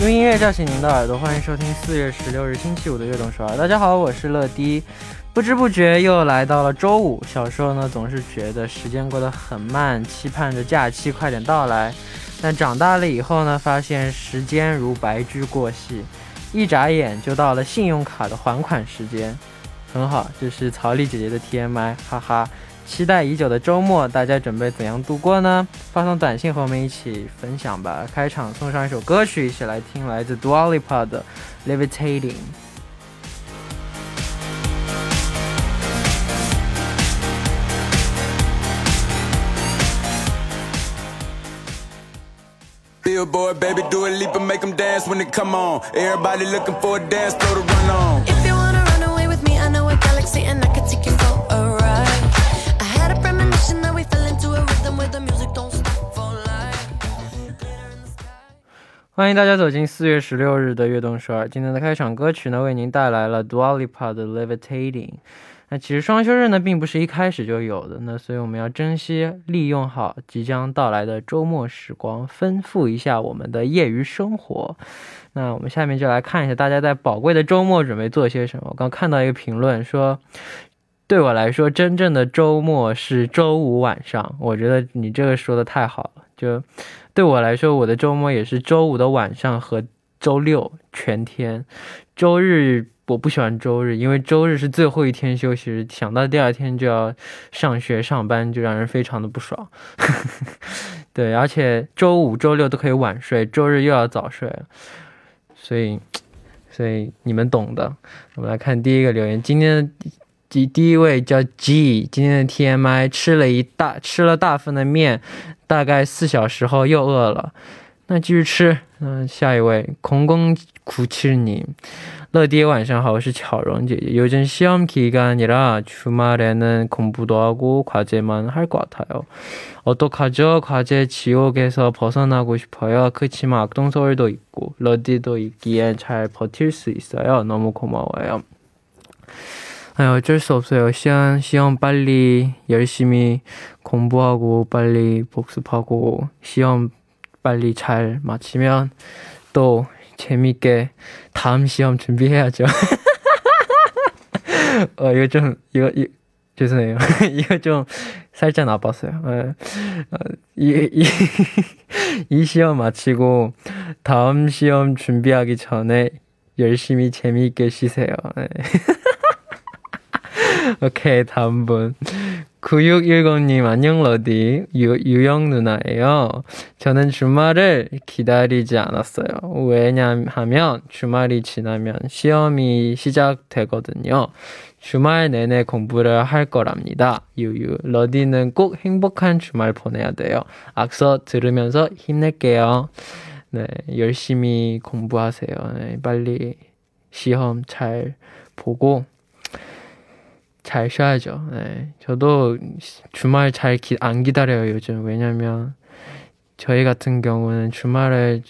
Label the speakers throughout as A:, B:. A: 用音乐叫醒您的耳朵，欢迎收听四月十六日星期五的《悦动首尔》。大家好，我是乐迪。不知不觉又来到了周五，小时候呢总是觉得时间过得很慢，期盼着假期快点到来。但长大了以后呢，发现时间如白驹过隙，一眨眼就到了信用卡的还款时间。很好，这是曹丽姐姐的 TMI，哈哈。期待已久的周末，大家准备怎样度过呢？发送短信和我们一起分享吧。开场送上一首歌曲，一起来听来自 Dua Lipa 的《Levitating》。
B: Billboard, baby, do a leap and make them dance when they come on. Everybody looking for a dance floor to run on.
C: If you wanna run away with me, I know a galaxy and I could take you for a ride. I had a premonition that we fell into a rhythm where the music don't stop for life. Glitter in the sky.
A: 欢迎大家走进四月十六日的悦动首尔。今天的开场歌曲呢，为您带来了 Dua Lipa 的《Levitating》。那其实双休日呢，并不是一开始就有的，那所以我们要珍惜、利用好即将到来的周末时光，丰富一下我们的业余生活。那我们下面就来看一下大家在宝贵的周末准备做些什么。我刚看到一个评论说，对我来说，真正的周末是周五晚上。我觉得你这个说的太好了，就对我来说，我的周末也是周五的晚上和周六全天。周日我不喜欢周日，因为周日是最后一天休息日，想到第二天就要上学上班，就让人非常的不爽。 对，而且周五、周六都可以晚睡，周日又要早睡了，所以，所以你们懂的。我们来看第一个留言，今天的第第一位叫 G，今天的 TMI 吃了一大吃了大份的面，大概四小时后又饿了，那继续吃。嗯、下一位空空苦치님，乐爹晚上好，我是巧荣姐姐。요즘시험기간이라주말에는공부도하고과제만할 것 같아요. 어떡하죠? 과제 지옥에서 벗어나고 싶어요. 그치만 악동 서울도 있고 러디도 있기엔 잘 버틸 수 있어요. 너무 고마워요. 아유, 어쩔 수 없어요. 시험 시험 빨리 열심히 공부하고 빨리 복습하고 시험 빨리 잘 마치면 또 재밌게 다음 시험 준비해야죠. 어, 이거 좀 이거 이, 죄송해요. 이거 좀 살짝 나빴어요. 예. 어, 이, 이, 이 시험 마치고 다음 시험 준비하기 전에 열심히 재미있게 쉬세요. 예. 오케이, 다음 분. 9610님, 안녕, 러디. 유, 유영 누나예요. 저는 주말을 기다리지 않았어요. 왜냐하면 주말이 지나면 시험이 시작되거든요. 주말 내내 공부를 할 거랍니다. 유유. 러디는 꼭 행복한 주말 보내야 돼요. 악서 들으면서 힘낼게요. 네, 열심히 공부하세요. 네, 빨리 시험 잘 보고 잘 쉬어야죠. 네. 저도 주말 잘 안 기다려요, 요즘. 왜냐면 저희 같은 경우는 주말에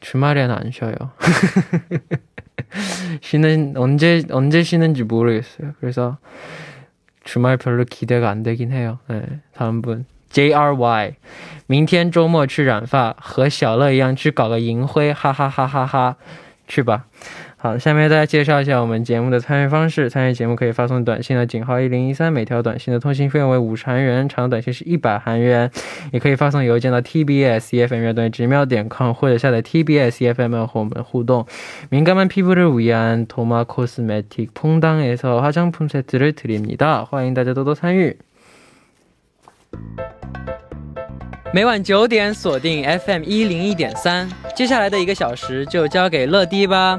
A: 주말에는 안 쉬어요. 쉬는 언제 언제 쉬는지 모르겠어요. 그래서 주말 별로 기대가 안 되긴 해요. 네, 다음 분. JRY，明天周末去染发，和小乐一样去搞个银灰，哈哈哈哈哈，去吧。好，下面为大家介绍一下我们节目的参与方式。参与节目可以发送短信到井号一零一三，每条短信的通信费用为五十韩元，长短信是一百韩元。也可以发送邮件到 tbsfm 乐队直瞄点 com 或者下载 tbsfm E 和我们互动。민감한피부를위한 도마 코스메틱 퐁당에서 화장품 세트를 드립니다. 欢迎大家多多参与。每晚九点锁定 FM 一零一点三，接下来的一个小时就交给乐迪吧。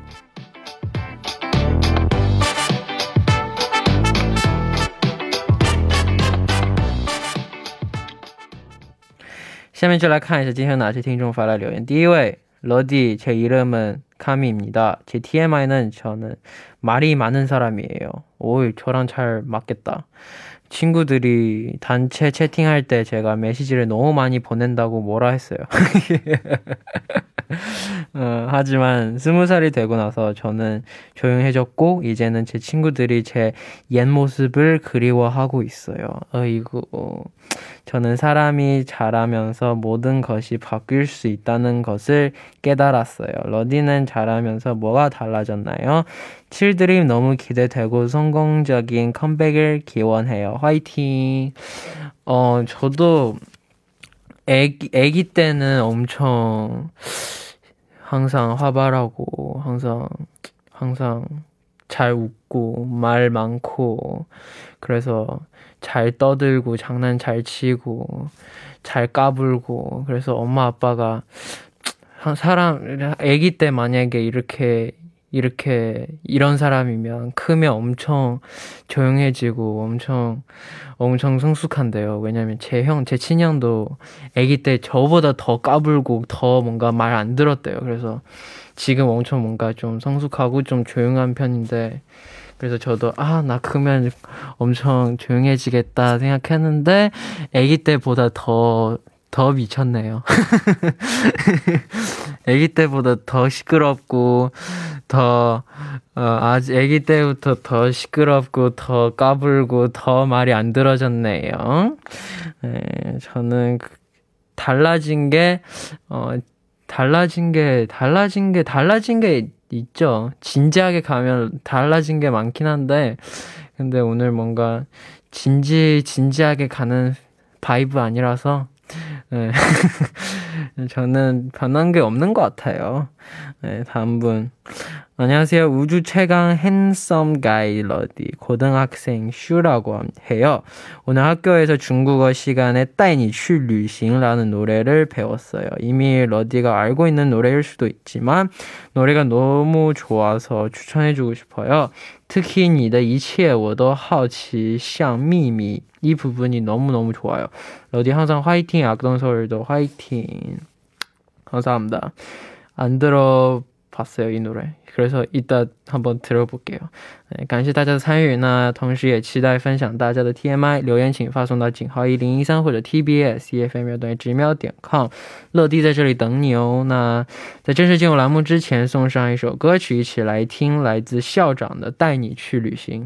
A: 下面就来看一下今天有哪些听众发来留言。第一位，罗迪제이름은카미입니다제 TMI는 저는 말이 많은 사람이에요. 오, 저랑 잘 맞겠다. 친구들이 단체 채팅할 때 제가 메시지를 너무 많이 보낸다고 뭐라 했어요. 어, 하지만 스무 살이 되고 나서 저는 조용해졌고 이제는 제 친구들이 제 옛 모습을 그리워하고 있어요. 어이구. 저는 사람이 자라면서 모든 것이 바뀔 수 있다는 것을 깨달았어요. 러디는 자라면서 뭐가 달라졌나요? 칠드림 너무 기대되고 성공적인 컴백을 기원해요. 화이팅! 어, 저도 애기, 애기 때는 엄청 항상 화발하고, 항상, 항상 잘 웃고, 말 많고, 그래서 잘 떠들고 장난 잘 치고 잘 까불고 그래서 엄마 아빠가 한 사람 아기 때 만약에 이렇게 이렇게 이런 사람이면 크면 엄청 조용해지고 엄청 엄청 성숙한데요. 왜냐면 제 형, 제 친형도 아기 때 저보다 더 까불고 더 뭔가 말 안 들었대요. 그래서 지금 엄청 뭔가 좀 성숙하고 좀 조용한 편인데 그래서 저도 아 나 크면 엄청 조용해지겠다 생각했는데 아기 때보다 더 더 미쳤네요. 아기 때보다 더 시끄럽고 더 어, 아직 아기 때부터 더 시끄럽고 더 까불고 더 말이 안 들어졌네요. 네, 저는 그- 달라진 게 어, 달라진 게 달라진 게 달라진 게 있죠. 진지하게 가면 달라진 게 많긴 한데 근데 오늘 뭔가 진지 진지하게 가는 바이브 아니라서 예. 저는 변한 게 없는 것 같아요. 네, 다음 분. 안녕하세요. 우주 최강 핸섬 가이 러디 고등학생 슈라고 함- 해요. 오늘 학교에서 중국어 시간에 带你去旅行라는 노래를 배웠어요. 이미 러디가 알고 있는 노래일 수도 있지만 노래가 너무 좋아서 추천해주고 싶어요. 특히 你的一切我都好奇像秘密이 부분이 너무너무 좋아요. 러디 항상 화이팅, 악동서울도 화이팅. 감사합니다. 안 들어봤어요 이 노래. 그래서 이따 한번 들어볼게요. 네感哎谢大家的参与，那同时也期待分享大家的 TMI 留言，请发送到井号一零一三或者 TBS EFM E 幺等于直瞄点 com，乐迪在这里等你哦。那在正式进入栏目之前，送上一首歌曲，一起来听来自校长的《带你去旅行》。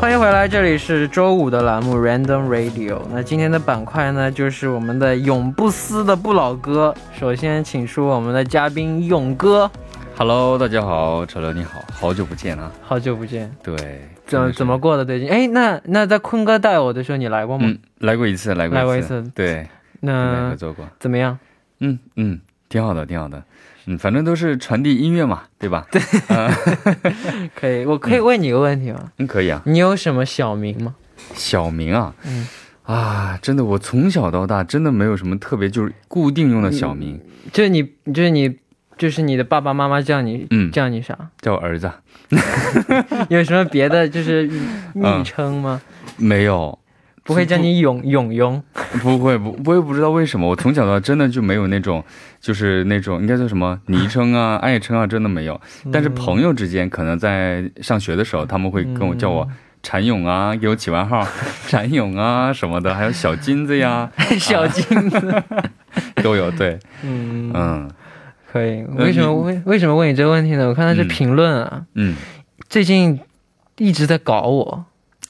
A: 欢迎回来，这里是周五的栏目 Random Radio。那今天的板块呢，就是我们的永不撕的不老歌。首先，请出我们的嘉宾勇哥，
D: Hello，大家好，车轮你好，好久不见啊！
A: 好久不见，
D: 对，
A: 怎么
D: 真的是
A: 怎么？过的最近？哎，那那在坤哥带我的时候，你来过吗？
D: 嗯，来过一次，来过
A: 来过
D: 一
A: 一次嗯
D: 对，没合
A: 那
D: 作过。
A: 怎么样？
D: 嗯嗯，挺好的，挺好的。嗯，反正都是传递音乐嘛，对吧？对，
A: 可以，我可以问你一个问题吗？
D: 嗯，可以啊。
A: 你有什么小名吗？
D: 小明啊，
A: 嗯
D: 啊，真的，我从小到大真的没有什么特别就是固定用的小名，
A: 就是你，就是你，就是你的爸爸妈妈叫你，
D: 嗯
A: 叫你啥？
D: 叫我儿子啊
A: 有什么别的 就是
D: 嗯
A: 昵称吗？
D: 没有，
A: 不会叫你勇勇勇？
D: 不会不，我也不知道为什么，我从小到大真的就没有那种，就是那种应该叫什么昵称啊、爱称啊，真的没有。
A: 嗯
D: 但是朋友之间，可能在上学的时候，他们会跟我叫我
A: 嗯
D: 禅勇啊，给我起外号，禅勇啊什么的，还有小金 子呀，
A: 小金子，
D: 都有。对，
A: 嗯，
D: 嗯
A: 可以。
D: 那
A: 为什么
D: 你
A: 为为什么问你这个问题呢？我看他这
D: 嗯
A: 评论啊，
D: 嗯，
A: 最近一直在搞我，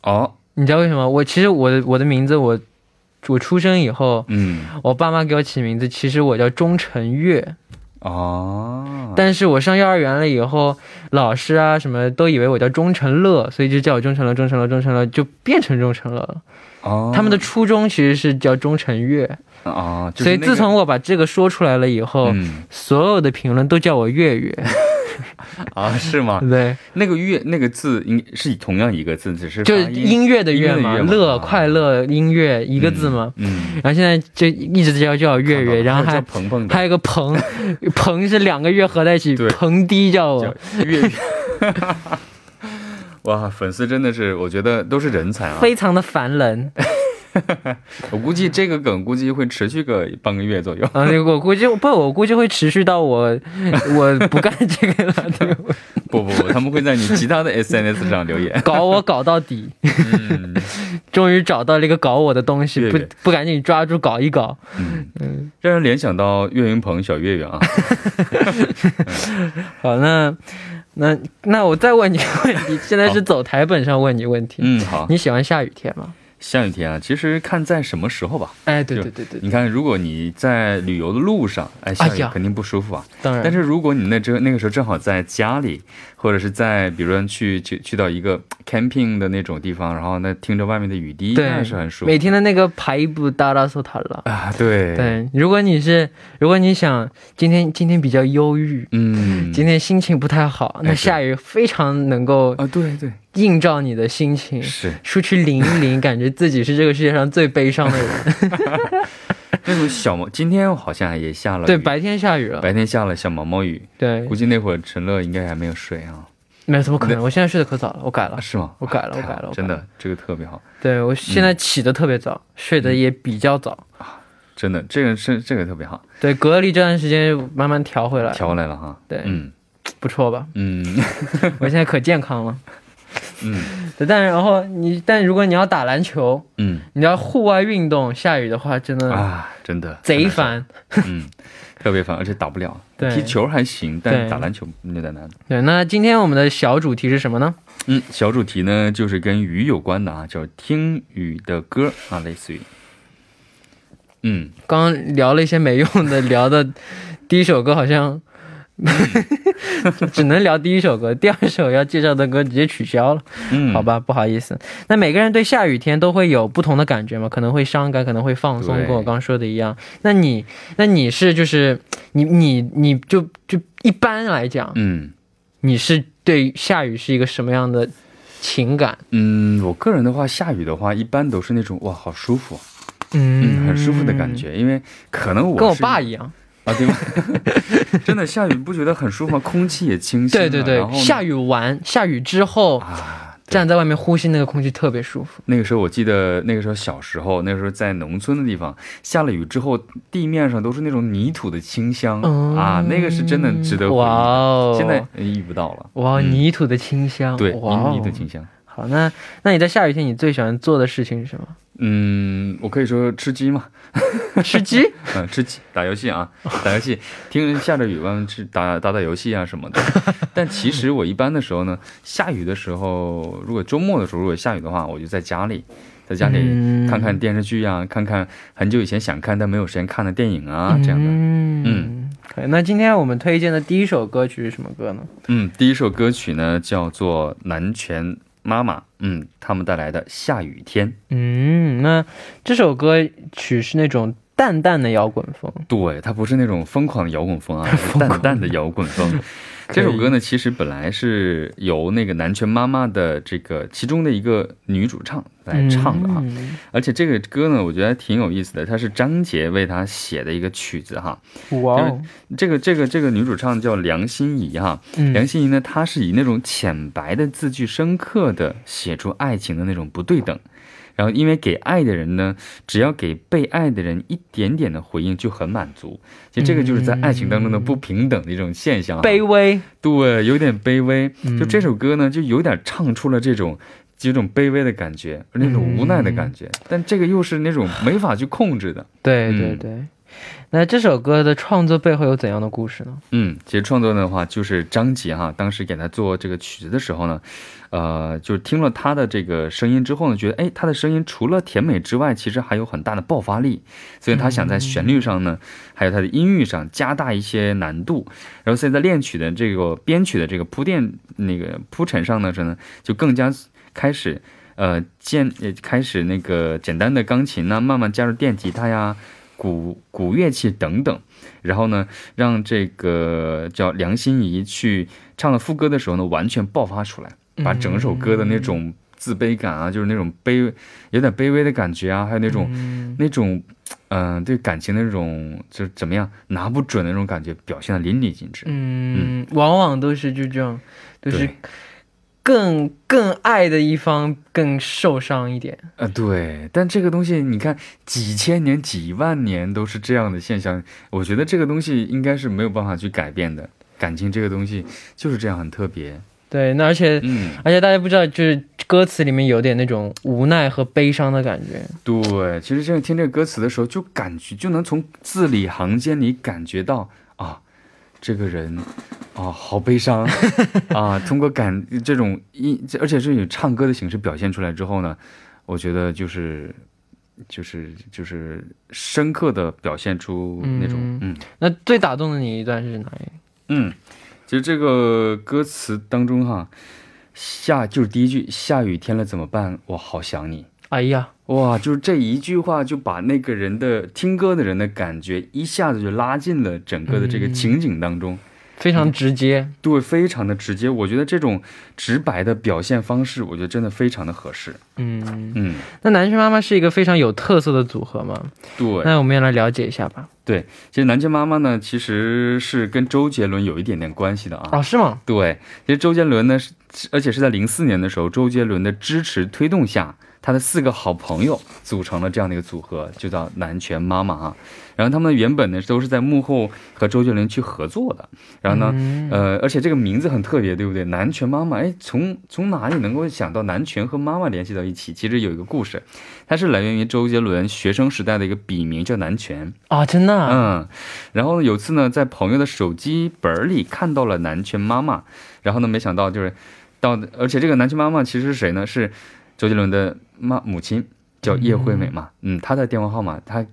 D: 哦，
A: 你知道为什么？我其实我的我的名字我我出生以后，
D: 嗯，
A: 我爸妈给我起名字，其实我叫钟晨月，
D: 哦，
A: 但是我上幼儿园了以后，老师啊什么都以为我叫钟晨乐，所以就叫我钟晨乐、钟晨乐、钟晨乐，就变成钟晨乐了。
D: 哦，
A: 他们的初衷其实是叫钟晨月，
D: 哦，就是
A: 所以
D: 那个
A: 自从我把这个说出来了以后，
D: 嗯
A: 所有的评论都叫我月 月，
D: 啊是吗？
A: 对，
D: 那个乐那个字应是同样一个字，只是
A: 就
D: 发
A: 是音乐的乐嘛，
D: 音乐的乐嘛
A: 乐
D: 啊
A: 快乐音乐一个字嘛。
D: 嗯，
A: 然后现在就一直叫叫我月月，
D: 看到
A: 然后
D: 了还
A: 还
D: 有叫鹏鹏的，
A: 还有一个鹏， 鹏是两个月合在一起，
D: 对
A: 鹏低叫我
D: 叫，月月。 哇，粉丝真的是，我觉得都是人才啊！
A: 非常的烦 人。
D: 我估计这个梗估计会持续个半个月左右。
A: 啊，那个我估计不，我估计会持续到我我不干这个了，对
D: 不不不，他们会在你其他的 SNS 上留言。
A: 搞我搞到底。
D: 嗯
A: 终于找到了一个搞我的东西，
D: 月
A: 不
D: 月
A: 不赶紧抓住搞一搞。
D: 嗯，让人联想到岳云鹏、小岳岳啊。
A: 好，那那那我再问你个问题，现在是走台本上问你问题。
D: 嗯，好。
A: 你喜欢下雨天吗？
D: 下雨天啊，其实看在什么时候吧。
A: 哎，对
D: 就
A: 对对对，
D: 你看，如果你在旅游的路上，哎，下
A: 哎
D: 雨
A: 呀
D: 肯定不舒服啊。
A: 当然。
D: 但是如果你那这那个时候正好在家里，或者是在比如说去去去到一个 camping 的那种地方，然后那听着外面的雨滴，
A: 对
D: 那是很舒服
A: 每天的那个排一部达拉索塔了。
D: 啊。对，
A: 对，如果你是，如果你想今天今天比较忧郁，
D: 嗯，哎
A: 今天心情不太好，那
D: 对
A: 下雨非常能够
D: 啊，对对
A: 映照你的心情，
D: 是
A: 出去淋一淋，感觉自己是这个世界上最悲伤的 人。
D: 那种小毛，今天好像也下了雨
A: 对，白天下雨了，
D: 白天下了小毛毛雨，
A: 对
D: 估，计那会儿陈乐应该还没有睡啊，
A: 没有怎么可能，我现在睡得可早了，我改了
D: 啊，。是嗯吗？
A: 我改了
D: 啊
A: 我
D: 太
A: 改
D: 好
A: 了我
D: 真
A: 改
D: 的这个特别好，
A: 对我现在起得特别早，睡
D: 嗯
A: 得也比较早。
D: 真的这个是这个特别好，
A: 对，隔离这段时间慢慢调回来，
D: 调过来了哈。
A: 对
D: 嗯
A: 不错 吧？
D: 嗯
A: 我现在可健康了。
D: 嗯
A: 对，但然后你，但如果你要打篮球，
D: 嗯
A: 你要户外运动，下雨的话真的
D: 啊，真的
A: 贼，烦。
D: 嗯，特别烦，而且打不了。
A: 对
D: 踢球还行，但
A: 对
D: 打篮球有点难。
A: 对，那今天我们的小主题是什么呢？
D: 嗯，小主题呢就是跟雨有关的啊，叫听雨的歌啊，类似于，嗯，
A: 刚刚聊了一些没用的，聊的第一首歌好像 只能聊第一首歌，第二首要介绍的歌直接取消了。
D: 嗯
A: 好，吧，不好意思。那每个人对下雨天都会有不同的感觉嘛，可能会伤感，可能会放松，
D: 对
A: 跟我刚说的一样。那你，那你是就是你你你就就一般来讲，
D: 嗯
A: 你是对下雨是一个什么样的情感？
D: 嗯，我个人的话，下雨的话，一般都是那种哇，好舒服，啊
A: 嗯
D: 嗯，很舒服的感，觉，因为可能我
A: 跟我
D: 是
A: 爸一样。
D: 啊，对吗？ 真的下雨不觉得很舒服吗？空气也清新啊、
A: 对对对
D: 然，后呢
A: 下雨完，下雨之后。
D: 啊，对
A: 站在外面呼吸那个空气特别舒服，
D: 那个时候我记得，那个时候小时候，那个时候在农村的地方，下了雨之后，地面上都是那种泥土的清香、
A: 嗯
D: 啊，那个是真的值得回忆的。
A: 哇哦！
D: 现在呃遇不到了。
A: 哇，
D: 嗯
A: 泥土的清香，
D: 对，
A: 哇哦
D: 泥泥土清香。
A: 好，那那你在下雨天你最喜欢做的事情是什么？
D: 嗯，我可以说吃鸡嘛，
A: 吃鸡？
D: 嗯， 吃鸡，打游戏啊，打游戏，听着下着雨完去打打打游戏啊什么的。 但其实我一般的时候呢，下雨的时候，如果周末的时候如果下雨的话，我就在家里，在家里
A: 嗯
D: 看看电视剧啊，看看很久以前想看但没有时间看的电影啊，这样的。
A: 嗯
D: 嗯，
A: 可以。那今天我们推荐的第一首歌曲是什么歌呢？
D: 嗯，第一首歌曲呢叫做《南拳妈妈》，嗯，他们带来的《下雨天》。
A: 嗯，那这首歌曲是那种淡淡的摇滚风，
D: 对，它不是那种疯狂的摇滚风啊，是淡淡的摇滚风。这首歌呢，其实本来是由那个南拳妈妈的这个其中的一个女主唱来唱的哈，啊
A: 嗯
D: 而且这个歌呢，我觉得还挺有意思的，它是张杰为她写的一个曲子哈。
A: 哇
D: 就是
A: 哦，
D: 这个这个这个女主唱叫梁心颐哈，梁
A: 嗯
D: 心颐呢，她是以那种浅白的字句，深刻的写出爱情的那种不对等。然后，因为给爱的人呢，只要给被爱的人一点点的回应就很满足。其实这个就是在爱情当中的不平等的一种现象、啊，
A: 嗯卑微，嗯
D: 对，有点卑微。就这首歌呢，就有点唱出了这种。这种卑微的感
A: 嗯
D: 觉，那种无奈的感觉，但这个又是那种没法去控制的。
A: 对
D: 嗯
A: 对对。那这首歌的创作背后有怎样的故事呢？
D: 嗯，其实创作的话就是张杰哈，当时给他做这个曲子的时候呢，呃，就听了他的这个声音之后呢，觉得哎，他的声音除了甜美之外，其实还有很大的爆发力，所以他想在旋律上呢，还有他的音域上加大一些难度，然后所以在练曲的这个编曲的这个铺垫那个铺陈上呢，可能就更加开始。呃，键呃开始那个简单的钢琴呢，慢慢加入电吉他呀、鼓鼓乐器等等，然后呢，让这个叫梁心颐去唱了副歌的时候呢，完全爆发出来，把整首歌的那种自卑感啊，就是那种卑有点卑微的感觉啊，还有那种、那种嗯、呃对感情的那种就是怎么样拿不准的那种感觉，表现的淋漓尽致。
A: 嗯，往往都是就这样，就
D: 对，
A: 是更更爱的一方更受伤一点。
D: 啊，对，但这个东西，你看几千年、几万年都是这样的现象，我觉得这个东西应该是没有办法去改变的。感情这个东西就是这样，很特别。
A: 对，那而且、
D: 嗯，
A: 而且大家不知道，就是歌词里面有点那种无奈和悲伤的感觉。
D: 对，其实这样听这个歌词的时候，就感觉就能从字里行间里感觉到啊，这个人啊，好悲伤啊。通过感这种音，这而且是以唱歌的形式表现出来之后呢，我觉得就是。就是就是深刻的表现出那种
A: 嗯
D: 嗯
A: 那最打动的你一段是哪一？
D: 嗯，其实这个歌词当中哈，下就是第一句“下雨天了怎么办？我好想你
A: 哎呀，”，
D: 哇，就是这一句话就把那个人的听歌的人的感觉一下子就拉进了整个的这个情景当中。
A: 非常直接。
D: 对，非常的直接，我觉得这种直白的表现方式，我觉得真的非常的合适。
A: 嗯，
D: 嗯，
A: 那男生妈妈是一个非常有特色的组合嘛？
D: 对。
A: 那我们也来了解一下吧。
D: 其实南拳妈妈呢，其实是跟周杰伦有一点点关系的啊。
A: 哦，是吗？
D: 对，其实周杰伦呢，是而且是在零四年的时候，周杰伦的支持推动下，他的四个好朋友组成了这样的一个组合，就叫南拳妈妈啊。然后他们原本呢都是在幕后和周杰伦去合作的。然后呢，呃，而且这个名字很特别，对不对？南拳妈妈，哎，从从哪里能够想到南拳和妈妈联系到一起？其实有一个故事，它是来源于周杰伦学生时代的一个笔名叫南拳。
A: 啊、真的、啊。
D: 嗯，然后有次呢，在朋友的手机本儿里看到了南拳妈妈，然后呢，没想到就是到，而且这个南拳妈妈其实是谁呢？是周杰伦的妈母亲，叫叶惠美嘛。嗯，她的电话号码，她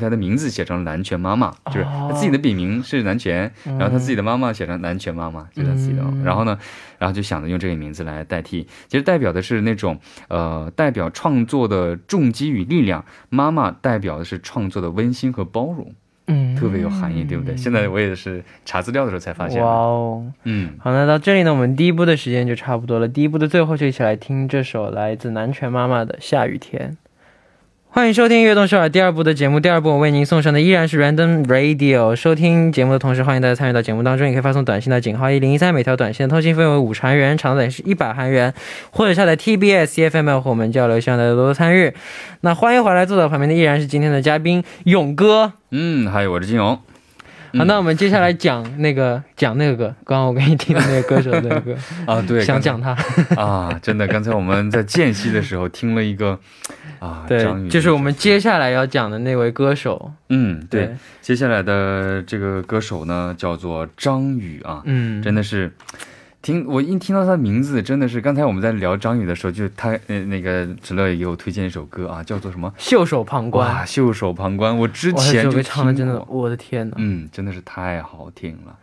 D: 她的名字写成南拳妈妈，就是她自己的笔名是南拳，然后她自己的妈妈写成南拳妈妈，就她自己的妈妈。然后呢，然后就想着用这个名字来代替，其实代表的是那种呃，代表创作的重击与力量，妈妈代表的是创作的温馨和包容。
A: 嗯，
D: 特别有含义，对不对？现在我也是查资料的时候才发现。
A: 哇哦。
D: 嗯，
A: 好，那到这里呢，我们第一部的时间就差不多了。第一部的最后，就一起来听这首来自南拳妈妈的《下雨天》。欢迎收听《悦动首尔》第二部的节目。第二部我为您送上的依然是 Random Radio。收听节目的同时，欢迎大家参与到节目当中，也可以发送短信到井号一零一三，每条短信的通信费用为五十韩元，长短是一百韩元，或者下载 TBS EFM 和我们交流，希望大家多多参与。那欢迎回来，坐在我旁边的依然是今天的嘉宾勇哥。
D: 嗯，还有我是金勇，
A: 好，那我们接下来讲那个讲那个歌，刚刚我给你听的那个歌手的那个歌。
D: 啊， 对，
A: 想
D: 刚才
A: 讲他，
D: 啊，真的，刚才我们在间隙的时候听了一个啊，张宇，
A: 就是我们接下来要讲的那位歌手，
D: 嗯，对，
A: 对
D: 接下来的这个歌手呢叫做张宇啊，
A: 嗯，
D: 真的是。听我一听到他的名字，真的是刚才我们在聊张宇的时候，就是他呃那个陈乐也给我推荐一首歌啊，叫做什么？
A: 袖手旁观，
D: 哇，袖手旁观。我之
A: 哇，这
D: 前
A: 首
D: 就
A: 歌唱的
D: 听
A: 真的，
D: 过，
A: 我的天呐，
D: 嗯，真的是太好听了。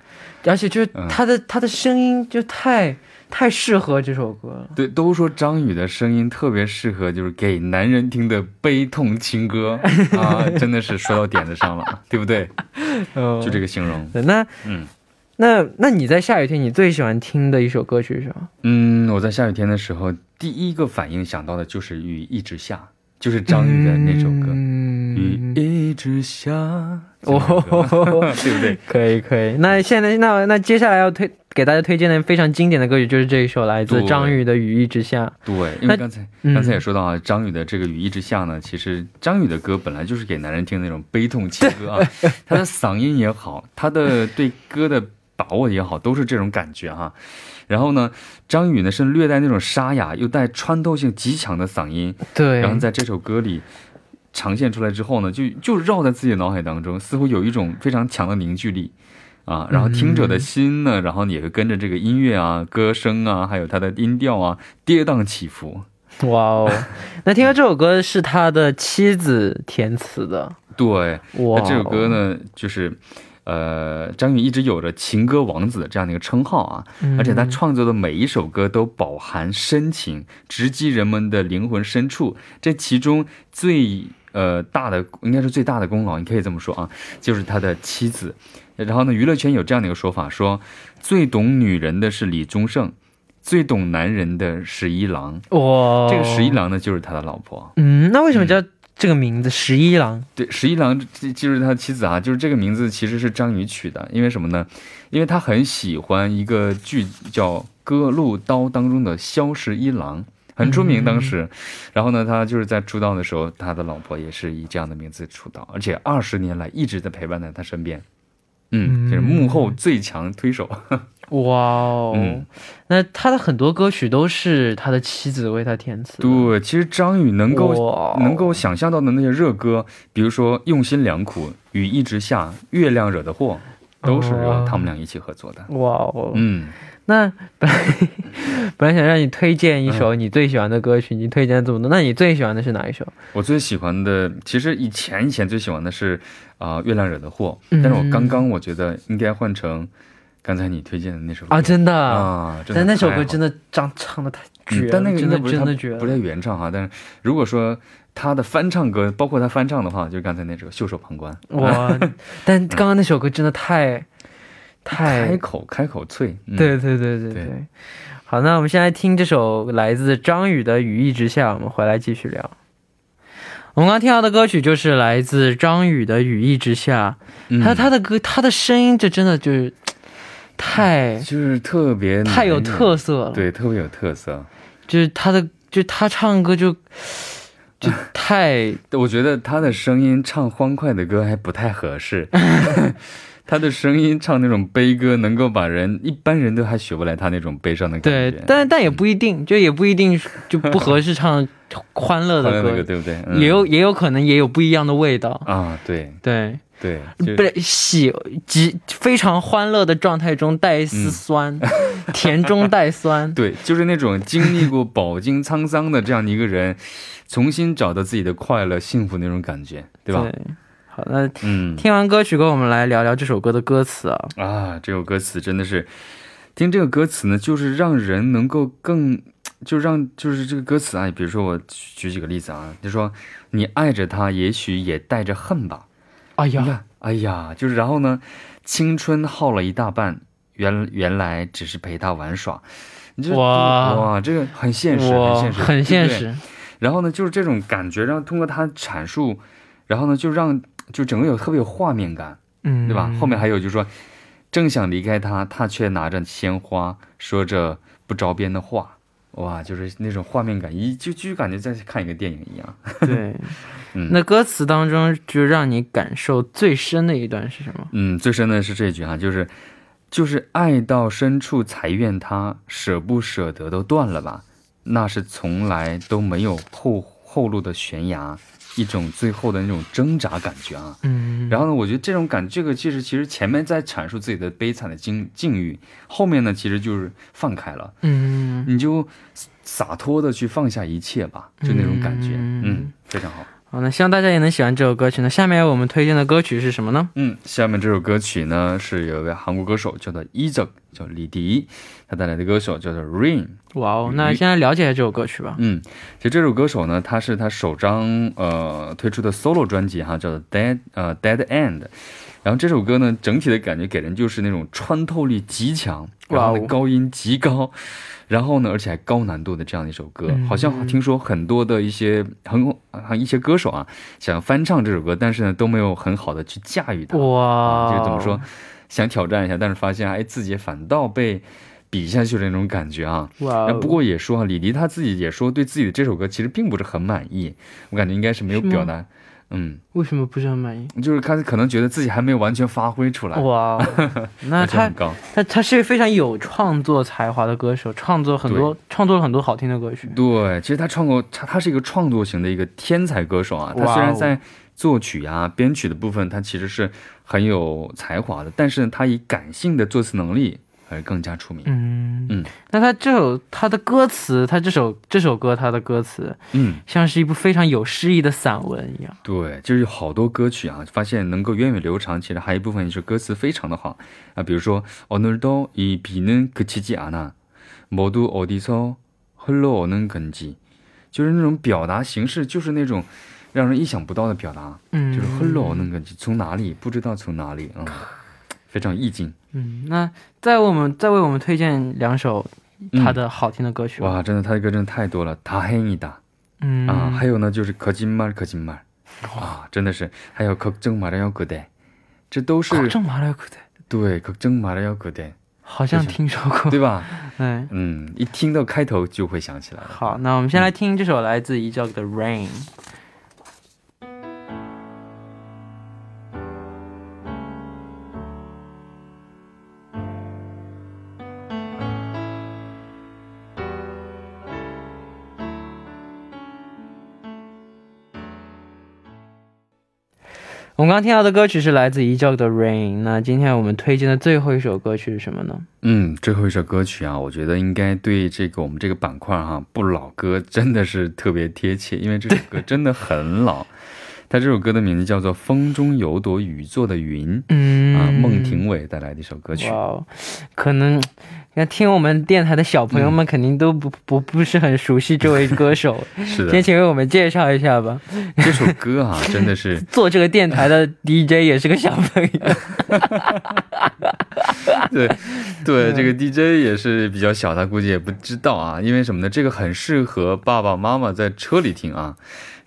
A: 而且就是
D: 嗯
A: 他的、他的声音就太太适合这首歌了，
D: 对，都说张宇的声音特别适合，就是给男人听的悲痛 情歌啊，真的是说到点子上了，对不对？
A: 嗯
D: 就这个形容。
A: 对，那
D: 哦嗯
A: 那那你在下雨天你最喜欢听的一首歌曲是什么？
D: 嗯，我在下雨天的时候，第一个反应想到的就是《雨一直下》，就是张宇的那首歌《雨
A: 嗯，
D: 一直下》这首歌，
A: 哦，
D: 对不对？
A: 可以可以，那现在那那接下来要推给大家推荐的非常经典的歌曲就是这一首来自
D: 对
A: 张宇的《雨一直下》，
D: 对，因
A: 那
D: 为刚才
A: 嗯
D: 刚才也说到啊，张宇的这个《雨一直下》呢，其实张宇的歌本来就是给男人听的那种悲痛情歌啊，他的嗓音也好，他的对歌的把握也好，都是这种感觉哈、然后呢，张宇呢是略带那种沙哑，又带穿透性极强的嗓音，
A: 对，
D: 然后在这首歌里呈现出来之后呢，就就绕在自己的脑海当中，似乎有一种非常强的凝聚力啊。然后听
A: 嗯
D: 者的心呢，然后也会跟着这个音乐啊、歌声啊，还有它的音调啊，跌宕起伏。
A: 哇哦！那听说这首歌是他的妻子填词的，
D: 对，
A: 哇
D: 那
A: 哦！
D: 这首歌呢，就是。呃，张宇一直有着“情歌王子”这样的一个称号啊，
A: 嗯，
D: 而且他创作的每一首歌都饱含深情，直击人们的灵魂深处。这其中最呃大的，应该是最大的功劳，你可以这么说啊，就是他的妻子。然后呢，娱乐圈有这样的一个说法，说最懂女人的是李宗盛，最懂男人的十一郎。
A: 哇哦，
D: 这个十一郎呢，就是他的老婆。啊
A: 嗯，那为什么叫这个名字十一郎？
D: 对，十一郎这就是他的妻子啊，就是这个名字其实是张宇取的，因为什么呢？因为他很喜欢一个剧叫《割鹿刀》当中的萧十一郎，很出名当时。然后呢，他就是在出道的时候，他的老婆也是以这样的名字出道，而且二十年来一直在陪伴在他身边。嗯，就是幕后最强推手。
A: 哇哦！
D: 嗯
A: 那他的很多歌曲都是他的妻子为他填词的，
D: 对，其实张宇能够
A: 哇哦
D: 能够想象到的那些热歌，比如说《用心良苦》《雨一直下》《月亮惹的
A: 哦
D: 祸》，都是由他们俩一起合作的。
A: 哇哦！
D: 嗯，
A: 那本来 本来想让你推荐一
D: 嗯
A: 首你最喜欢的歌曲，你推荐了这么多，那你最喜欢的是哪一首？
D: 我最喜欢的，其实以前以前最喜欢的是啊、呃月亮惹的祸》，
A: 嗯
D: 但是我刚刚我觉得应该换成刚才你推荐的那首歌
A: 啊，真的，
D: 啊，真的
A: 但那首歌真
D: 的
A: 的唱唱的太
D: 太
A: 绝
D: 好了，嗯
A: 了，
D: 但那个
A: 真
D: 应该
A: 的
D: 不是
A: 真
D: 他
A: 的绝
D: 不
A: 了。
D: 太原唱哈。但是如果说他的翻唱歌，包括他翻唱的话，就是刚才那首《袖手旁观》，
A: 哇！但刚刚那首歌真的太
D: 开
A: 太
D: 口开口脆，嗯、
A: 哎对对对对
D: 对
A: 对。好，那我们现在听这首来自张宇的《雨一直下》，我们回来继续聊。我们刚刚听到的歌曲就是来自张宇的《雨一直下》，
D: 嗯，
A: 他他的歌，他的声音，这真的就是太
D: 嗯就是特别
A: 太有
D: 难忍
A: 特色了，，
D: 对，特别有特色。
A: 就是他的，就他唱歌就就 太
D: 我觉得他的声音唱欢快的歌还不太 合适，他的声音唱那种悲歌，能够把人一般人都还学不来他那种悲伤的感觉。
A: 对，但但也不一定，就也不一定就不合适唱欢乐
D: 欢
A: 的
D: 乐的
A: 歌
D: 歌，，对不对？嗯
A: 也有也有可能也有不一样的味道，
D: 啊，对
A: 对。
D: 对，就
A: 嗯不是喜极非常欢乐的状态中带一
D: 嗯
A: 丝
D: 。
A: 酸，甜中带酸
D: 对，就是那种经历过饱经沧桑的这样的一个人，重新找到自己的快乐、幸福那种感觉，对吧？
A: 好，那
D: 嗯
A: 听完歌曲歌，我们来聊聊这首歌的歌词啊。
D: 啊，这首歌词真的是，听这个歌词呢，就是让人能够更，就让就是这个歌词啊，比如说我举举几个例子啊，就说你爱着他，也许也带着恨吧。
A: 哎
D: 你
A: 呀，
D: 看，哎呀，就是然后呢，青春耗了一大半，原原来只是陪他玩耍。你就
A: 哇
D: 哇，这个很现实，
A: 哇
D: 很现实，
A: 很现
D: 对不对。
A: 实。
D: 然后呢，就是这种感觉，让通过他阐述，然后呢，就让就整个有特别有画面感。
A: 嗯，
D: 对吧？后面还有就是说，正想离开他，他却拿着鲜花，说着不着边的话。哇，就是那种画面感，一就就感觉在看一个电影一样。
A: 对，
D: 嗯
A: 那歌词当中就让你感受最深的一段是什么？
D: 嗯，最深的是这句哈、就是就是爱到深处才怨他，舍不舍得都断了吧，那是从来都没有后后路的悬崖，一种最后的那种挣扎感觉啊。
A: 嗯，
D: 然后呢，我觉得这种感，这个其实其实前面在阐述自己的悲惨的境境遇，后面呢其实就是放开了，
A: 嗯，
D: 你就洒脱的去放下一切吧，就那种感觉，
A: 嗯
D: 嗯，非常好。
A: 好，那希望大家也能喜欢这首歌曲。那下面我们推荐的歌曲是什么呢？
D: 嗯，下面这首歌曲呢是有一位韩国歌手叫做 e z o 叫李迪，他带来的歌手叫做 Rain。
A: 哇哦，那先来了解一下这首歌曲吧。
D: 嗯，其实这首歌手呢，他是他首张呃推出的 solo 专辑哈，叫做 Dead 呃 Dead End。然后这首歌呢，整体的感觉给人就是那种穿透力极强，然后
A: 哇哦
D: 呢高音极高，然后呢而且还高难度的这样的一首歌。
A: 嗯
D: 好像听说很多的一些很很一些歌手啊，想翻唱这首歌，但是呢都没有很好的去驾驭它。
A: 哇，
D: 嗯就怎么说？，想挑战一下，但是发现哎自己反倒被比下去的那种感觉啊。
A: 哇
D: 那
A: 哦，
D: 不过也说啊，李迪他自己也说对自己的这首歌其实并不是很满意，我感觉应该是没有
A: 是吗
D: 表达，嗯，
A: 为什么不是很满意？
D: 就是他可能觉得自己还没有完全发挥出来，
A: 哇，哦那
D: 而且
A: 他
D: 很高。
A: 他他是非常有创作才华的歌手，创作很多创作了很多好听的歌曲。
D: 对，其实他创作，他他是一个创作型的一个天才歌手啊。他虽
A: 哇
D: 然
A: 哦
D: 在作曲呀、编曲的部分，他其实是很有才华的，但是他以感性的作词能力而更加出名。
A: 嗯
D: 嗯，
A: 那他这首他的歌词，他这首这首歌他的歌词
D: 嗯，
A: 像是一部非常有诗意的散文一样。
D: 对，就是有好多歌曲啊，发现能够源远流长，其实还有一部分是歌词非常的好啊，比如说오늘도이비는그치지않아모두어디서흘러오는건지，就是那种表达形式，就是那种让人意想不到的表达。
A: 嗯，
D: 就是 hello 那个从哪里不知道从哪里啊、嗯非常意境
A: 嗯，那再为我们再为我们推荐两首他的好听的歌曲吧。
D: 嗯哇！真的，他的歌真的太多了，다행이다
A: 嗯
D: 啊，还有呢就是거짓말거짓말啊，真的是还有걱정말아요그대，这都是
A: 걱정말아요그대
D: 对걱정말아요그대，
A: 好像听说过。哎
D: 对吧？
A: 对，
D: 嗯，一听到开头就会想起来了。
A: 好，那我们先来听这首来自一教的《Rain》。我们刚听到的歌曲是来自一教的《Rain》。那今天我们推荐的最后一首歌曲是什么呢？
D: 嗯，最后一首歌曲啊，我觉得应该对这个我们这个板块哈、不老歌真的是特别贴切，因为这首歌真的很老。它这首歌的名字叫做《风中有朵雨做的云》。
A: 嗯
D: 啊，孟庭苇带来的一首歌曲。
A: 哇哦，可能那听我们电台的小朋友们肯定都不、不不是很熟悉这位歌手，
D: 是
A: 先
D: 的，
A: 请为我们介绍一下吧。
D: 这首歌啊，真的是
A: 做这个电台的 DJ 也是个小朋友，
D: 对 对，这个 DJ 也是比较小，他估计也不知道啊，因为什么呢？这个很适合爸爸妈妈在车里听啊。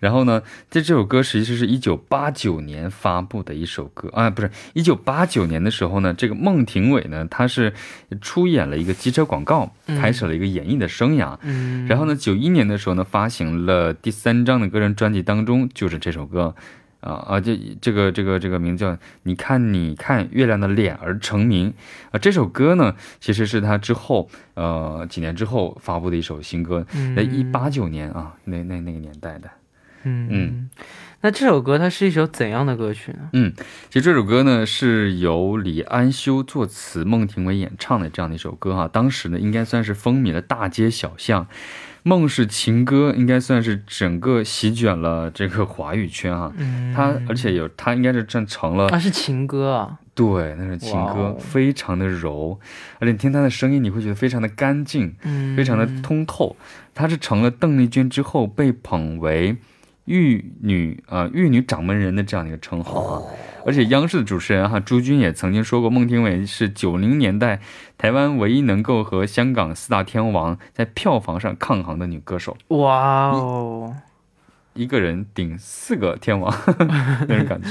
D: 然后呢，这这首歌其实是一九八九年发布的一首歌啊，不是一九八九年的时候呢，这个孟庭苇呢，她是出演了一个机车广告，开始了一个演艺的生涯。
A: 嗯
D: 然后呢，九一年的时候呢，发行了第三张的个人专辑，当中就是这首歌，啊啊，这这个这个这个名字叫《你看你看月亮的脸》而成名啊。这首歌呢，其实是他之后呃几年之后发布的一首新歌，在一八九年啊，那那那个年代的。
A: 嗯
D: 嗯
A: 那这首歌它是一首怎样的歌曲呢？
D: 其实这首歌呢是由李安修作词，孟庭苇演唱的这样的一首歌哈、啊当时呢应该算是风靡了大街小巷，《梦是情歌》应该算是整个席卷了这个华语圈哈、
A: 嗯
D: 它而且有它应该是占成了
A: 啊是情歌啊，
D: 对那种情
A: 哇
D: 歌
A: 哦，
D: 非常的柔，而且你听它的声音你会觉得非常的干净，
A: 嗯，
D: 非常的通透。她是成了邓丽君之后被捧为玉女呃玉女掌门人的这样的一个称号
A: 哦
D: 啊。而且央视的主持人哈、朱军也曾经说过，孟庭苇是九零年代台湾唯一能够和香港四大天王在票房上抗衡的女歌手，
A: 哇哦，
D: 一个人顶四个天王 那种感觉。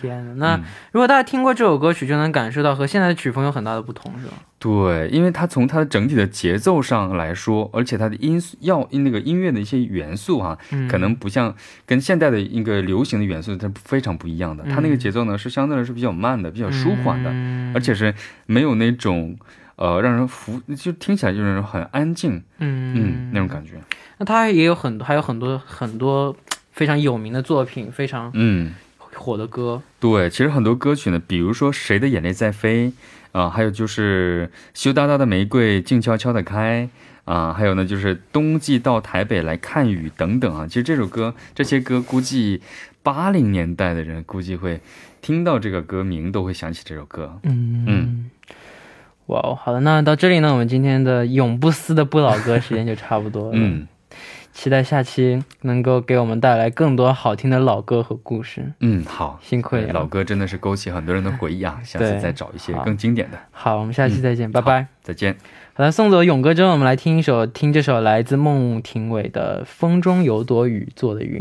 A: 天哪！那、如果大家听过这首歌曲，就能感受到和现在的曲风有很大的不同，是吧？
D: 对，因为它从它的整体的节奏上来说，而且它的音素要那个音乐的一些元素啊，
A: 嗯
D: 可能不像跟现代的一个流行的元素，它非常不一样的。它那个节奏呢是相对来说比较慢的，比较舒缓的，
A: 嗯
D: 而且是没有那种呃让人服，就听起来就是那种很安静，嗯，那种感觉，
A: 那他也有很多，还有很多很多非常有名的作品，非常
D: 嗯。
A: 火的歌。
D: 对，其实很多歌曲呢，比如说《谁的眼泪在飞》啊、还有就是《羞答答的玫瑰静悄悄的开》啊、还有呢就是《冬季到台北来看雨》等等啊。其实这首歌，这些歌估计八零年代的人估计会听到这个歌名都会想起这首歌。
A: 嗯
D: 嗯
A: 哇哦，好的，那到这里呢，我们今天的永不思的不老歌时间就差不多了。，
D: 嗯
A: 期待下期能够给我们带来更多好听的老歌和故事。
D: 嗯，好，
A: 辛苦你了
D: 老歌真的是勾起很多人的回忆啊，下次
A: 啊对
D: 再找一些
A: 好
D: 更经典的。
A: 好，我们
D: 嗯
A: 下期再见，拜拜。
D: 再见。
A: 好了，送走勇哥之后，我们来听一首，听这首来自孟庭苇的《风中有朵雨做的云》。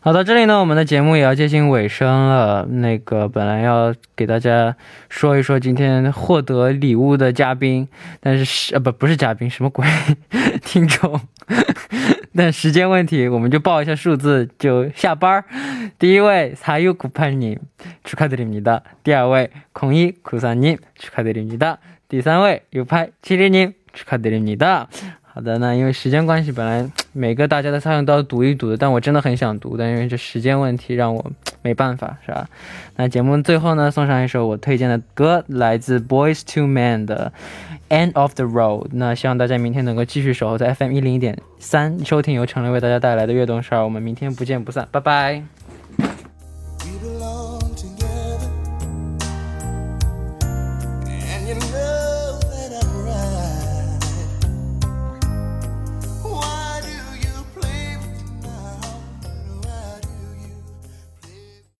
A: 好的，这里呢，我们的节目也要接近尾声了。那个本来要给大家说一说今天获得礼物的嘉宾，但是是呃不不是嘉宾，什么鬼？听众 但时间问题，我们就报一下数字就下班儿。第一位사유구팔님축하드립니다。第二位공이구사님축하드립니다。第三位六팔칠이님축하드립니다。好的，那因为时间关系，本来每个大家的菜单都要读一读的，但我真的很想读，但因为这时间问题让我没办法，是吧？那节目最后呢，送上一首我推荐的歌，来自 Boys to Men 的《End of the Road》。那希望大家明天能够继续守候在 FM 一零一点三收听由陈雷为大家带来的《悦动十二》，我们明天不见不散，拜拜。